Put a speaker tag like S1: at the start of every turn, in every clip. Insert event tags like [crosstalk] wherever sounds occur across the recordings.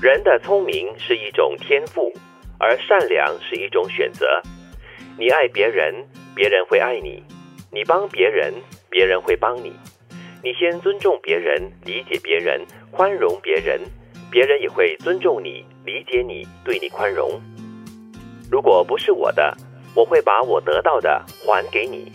S1: 人的聪明是一种天赋，而善良是一种选择。你爱别人，别人会爱你；你帮别人，别人会帮你。你先尊重别人，理解别人，宽容别人，别人也会尊重你、理解你，对你宽容。如果不是我的，我会把我得到的还给你；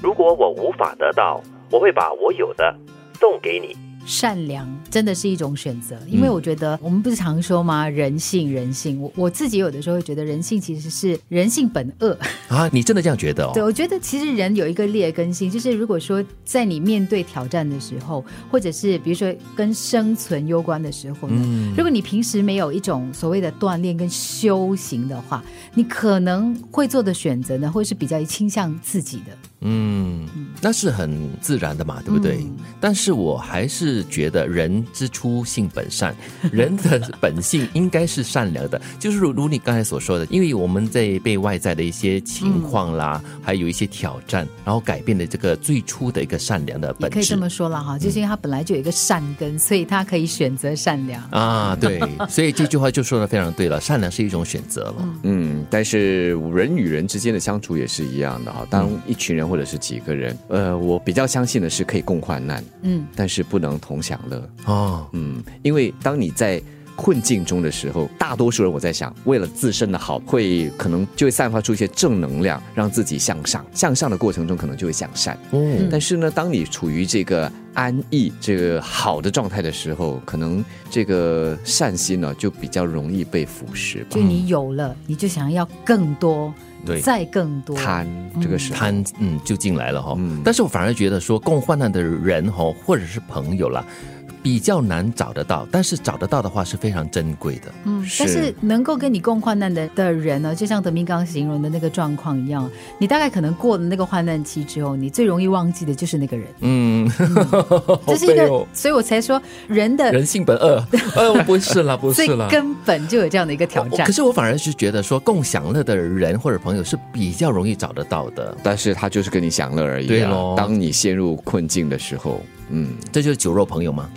S1: 如果我无法得到，我会把我有的送给你。
S2: 善良真的是一种选择，因
S3: 嗯
S2: 为我觉得我们不是常说吗？人性，人性。我我自己有的时候会觉得人性其实是人性本恶。
S3: 啊，你真的这样觉得
S2: 对，
S3: 哦？
S2: 我觉得其实人有一个劣根性，就是如果说在你面对挑战的时候，或者是比如说跟生存攸关的时候呢，
S3: 嗯
S2: 如果你平时没有一种所谓的锻炼跟修行的话，你可能会做的选择呢，会是比较倾向自己的。
S3: 嗯，那是很自然的嘛，对不对？
S2: 嗯
S3: 但是我还是觉得人之初性本善， [laughs] 人的本性应该是善良的。就是如如你刚才所说的，因为我们在被外在的一些情况啦，
S2: 嗯
S3: 还有一些挑战，然后改变了这个最初的一个善良的
S2: 也
S3: 本
S2: 可以哎这
S3: 质。
S2: 么说了哈，就是因为他本来就有一个善根，所以他可以选择善良。
S3: 啊，对，所以这句话就说的非常对了，善良是一种选择了。
S4: 嗯，但是人与人之间的相处也是一样的哈。当
S2: 嗯
S4: 一群人或者是几个人，呃，我比较相信的是可以共患难，
S2: 嗯，
S4: 但是不能同享乐。
S3: 哦，
S4: 嗯，因为当你在困境中的时候，大多数人我在想，为了自身的好，会可能就会散发出一些正能量，让自己向上。向上的过程中，可能就会向善。
S2: 嗯
S3: 哦，
S4: 但是呢，当你处于这个安逸、这个好的状态的时候，可能这个善心呢就比较容易被腐蚀吧
S2: 就。你有了，你就想要更多，
S3: 嗯对
S2: 再更多。
S4: 贪这个时候，
S3: 贪嗯就进来了哈、
S4: 嗯
S3: 但是我反而觉得说共患难的人哈、或者是朋友啦，比较难找得到，但是找得到的话是非常珍贵的。
S2: 嗯，但是能够跟你共患难的的人呢，就像德明刚刚形容的那个状况一样，你大概可能过了那个患难期之后，你最容易忘记的就是那个人，
S3: 嗯， [laughs] 好
S2: [laughs] 这是一
S3: 悲
S2: 个，
S3: 哦
S2: 所以我才说人的
S3: 人性本
S2: [laughs]
S3: 恶，呃，不是啦，不
S2: 最
S3: 是啦。
S2: 根本就有这样的
S3: [laughs]
S2: 一个挑
S3: 我
S2: 战
S3: 可。是我反而是觉得说共享乐的人或者朋友是比较容易找得到的，
S4: 但是他就是跟你享乐而已、
S3: 对
S4: 啊
S3: 咯。
S4: 当你陷入困境的时候，
S3: [laughs]
S4: 嗯，
S3: 这就是酒肉朋友嘛。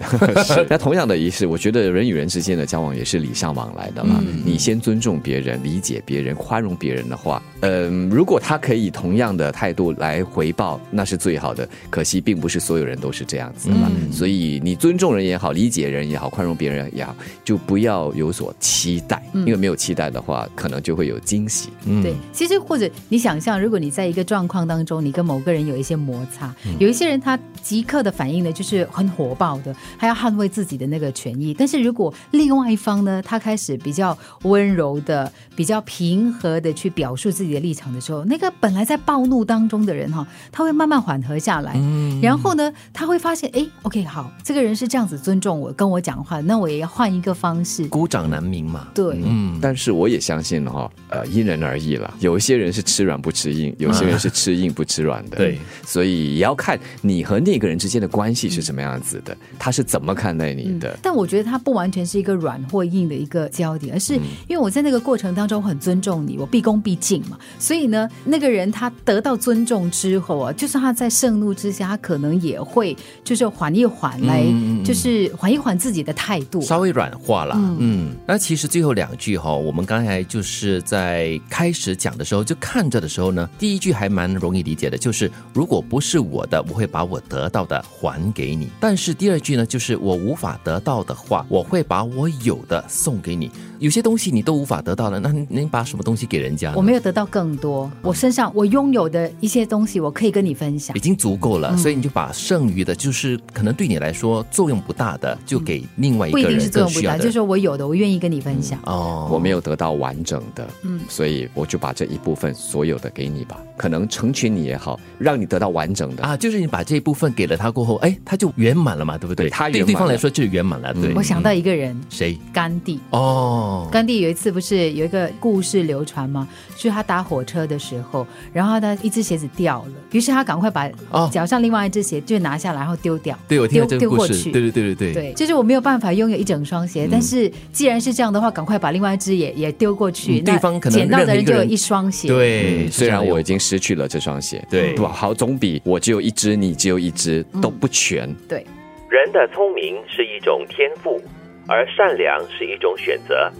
S4: 是。那同样的仪式，我觉得人与人之间的交往也是礼尚往来的嘛。
S3: 嗯
S4: 你先尊重别人、理解别人、宽容别人的话，嗯、如果他可以以同样的态度来回报，那是最好的。可惜并不是所有人都是这样子嘛。
S3: 嗯
S4: 所以你尊重人也好，理解人也好，宽容别人也好，就不要有所期待，因为没有期待的话，可能就会有惊喜。
S3: 嗯，
S2: 对，其实或者你想象，如果你在一个状况当中，你跟某个人有一些摩擦，有一些人他即刻的反应呢，就是很火爆的，还要捍卫自己的那个权益。但是如果另外一方呢，他开始比较温柔的、比较平和的去表述自己的立场的时候，那个本来在暴怒当中的人哈、他会慢慢缓和下来，
S3: 嗯
S2: 然后呢，他会发现，哎，OK，好，这个人是这样子尊重我、跟我讲话，那我也要换一个方式。
S3: 孤掌难鸣嘛。
S2: 对，
S3: 嗯，
S4: 但是我也相信哈、呃，因人而异了。有一些人是吃软不吃硬，有些人是吃硬不吃软
S3: 嗯
S4: 的。
S3: 对，
S4: 所以也要看你和那个人之间的关系是什么样子的，
S3: 嗯
S4: 他是怎么看待你的。
S2: 嗯但我觉得它不完全是一个软或硬的一个焦点，而是
S3: 嗯
S2: 因为我在那个过程当中我很尊重你，我毕恭毕敬嘛。所以呢，那个人他得到尊重之后啊，就算他在盛怒之下，他可能也会就是缓一缓来，
S3: 嗯嗯嗯
S2: 就是缓一缓自己的态度。
S3: 稍微软化啦。嗯，那其实最后两句哈、我们刚才就是在开始讲的时候，就看着的时候呢，第一句还蛮容易理解的，就是如果不是我的，我会把我得到的还给你。但是第二句呢，就是我无法得到的话，我会把我有的送给你。有些东西你都无法得到了，那你你把什么东西给人家呢？
S2: 我没有得到更多，我身上我拥有的一些东西，我可以跟你分享
S3: 已。经足够了，
S2: 嗯
S3: 所以你就把剩余的，就是可能对你来说作用不大的，就给另外一
S2: 不一
S3: 个
S2: 定
S3: 人
S2: 是作
S3: 更
S2: 用不
S3: 需要
S2: 大，
S3: 的
S2: 就是说
S3: 人。
S2: 我有的，我愿意跟你分享。
S3: 哦
S4: 我没有得到完整的，嗯，所以我就把这一部分所有的给你吧，可能成全你也好，让你得到完整的。
S3: 啊，就是你把这一部分给了他过后，哎，他就圆满了嘛，对不对？
S4: 对他圆
S3: 对
S4: 满
S3: 对方
S4: 了
S3: 来说就是圆满了。对，嗯
S2: 我想到一个人，
S3: 谁？
S2: 甘地。
S3: 哦，
S2: 甘地有一次不是有一个故事流传吗？就是他搭火车的时候，然后他一只鞋子掉了，于是他赶快把
S3: 哦
S2: 脚上另外一只鞋就拿下来，然后丢掉。
S3: 对，我听到
S2: 丢
S3: 这
S2: 丢
S3: 个故
S2: 过
S3: 事，
S2: 去。
S3: 对对对对对。嗯
S2: 对，就是我没有办法拥有一整双鞋，但是既然是这样的话，赶快把另外一只也也丢过去。
S3: 嗯
S2: 那
S3: 对方可能
S2: 捡到的
S3: 任何一
S2: 人就
S3: 个
S2: 有
S3: 人
S2: 一双鞋。，
S3: 对
S4: 嗯虽然我已
S3: 有
S4: 经失去了这双鞋，
S3: 对嗯
S4: 不好，总比我只有一只，你只有一只都不全。
S2: 对
S1: 人的聪明是一种天赋，而善良是一种选择。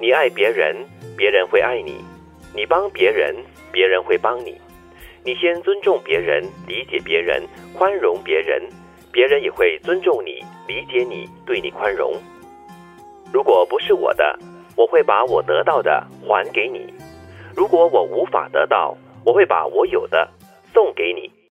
S1: 你爱别人，别人会爱你；你帮别人，别人会帮你。你先尊重别人，理解别人，宽容别人，别人也会尊重你、理解你，对你宽容。如果不是我的，我会把我得到的还给你；如果我无法得到，我会把我有的送给你。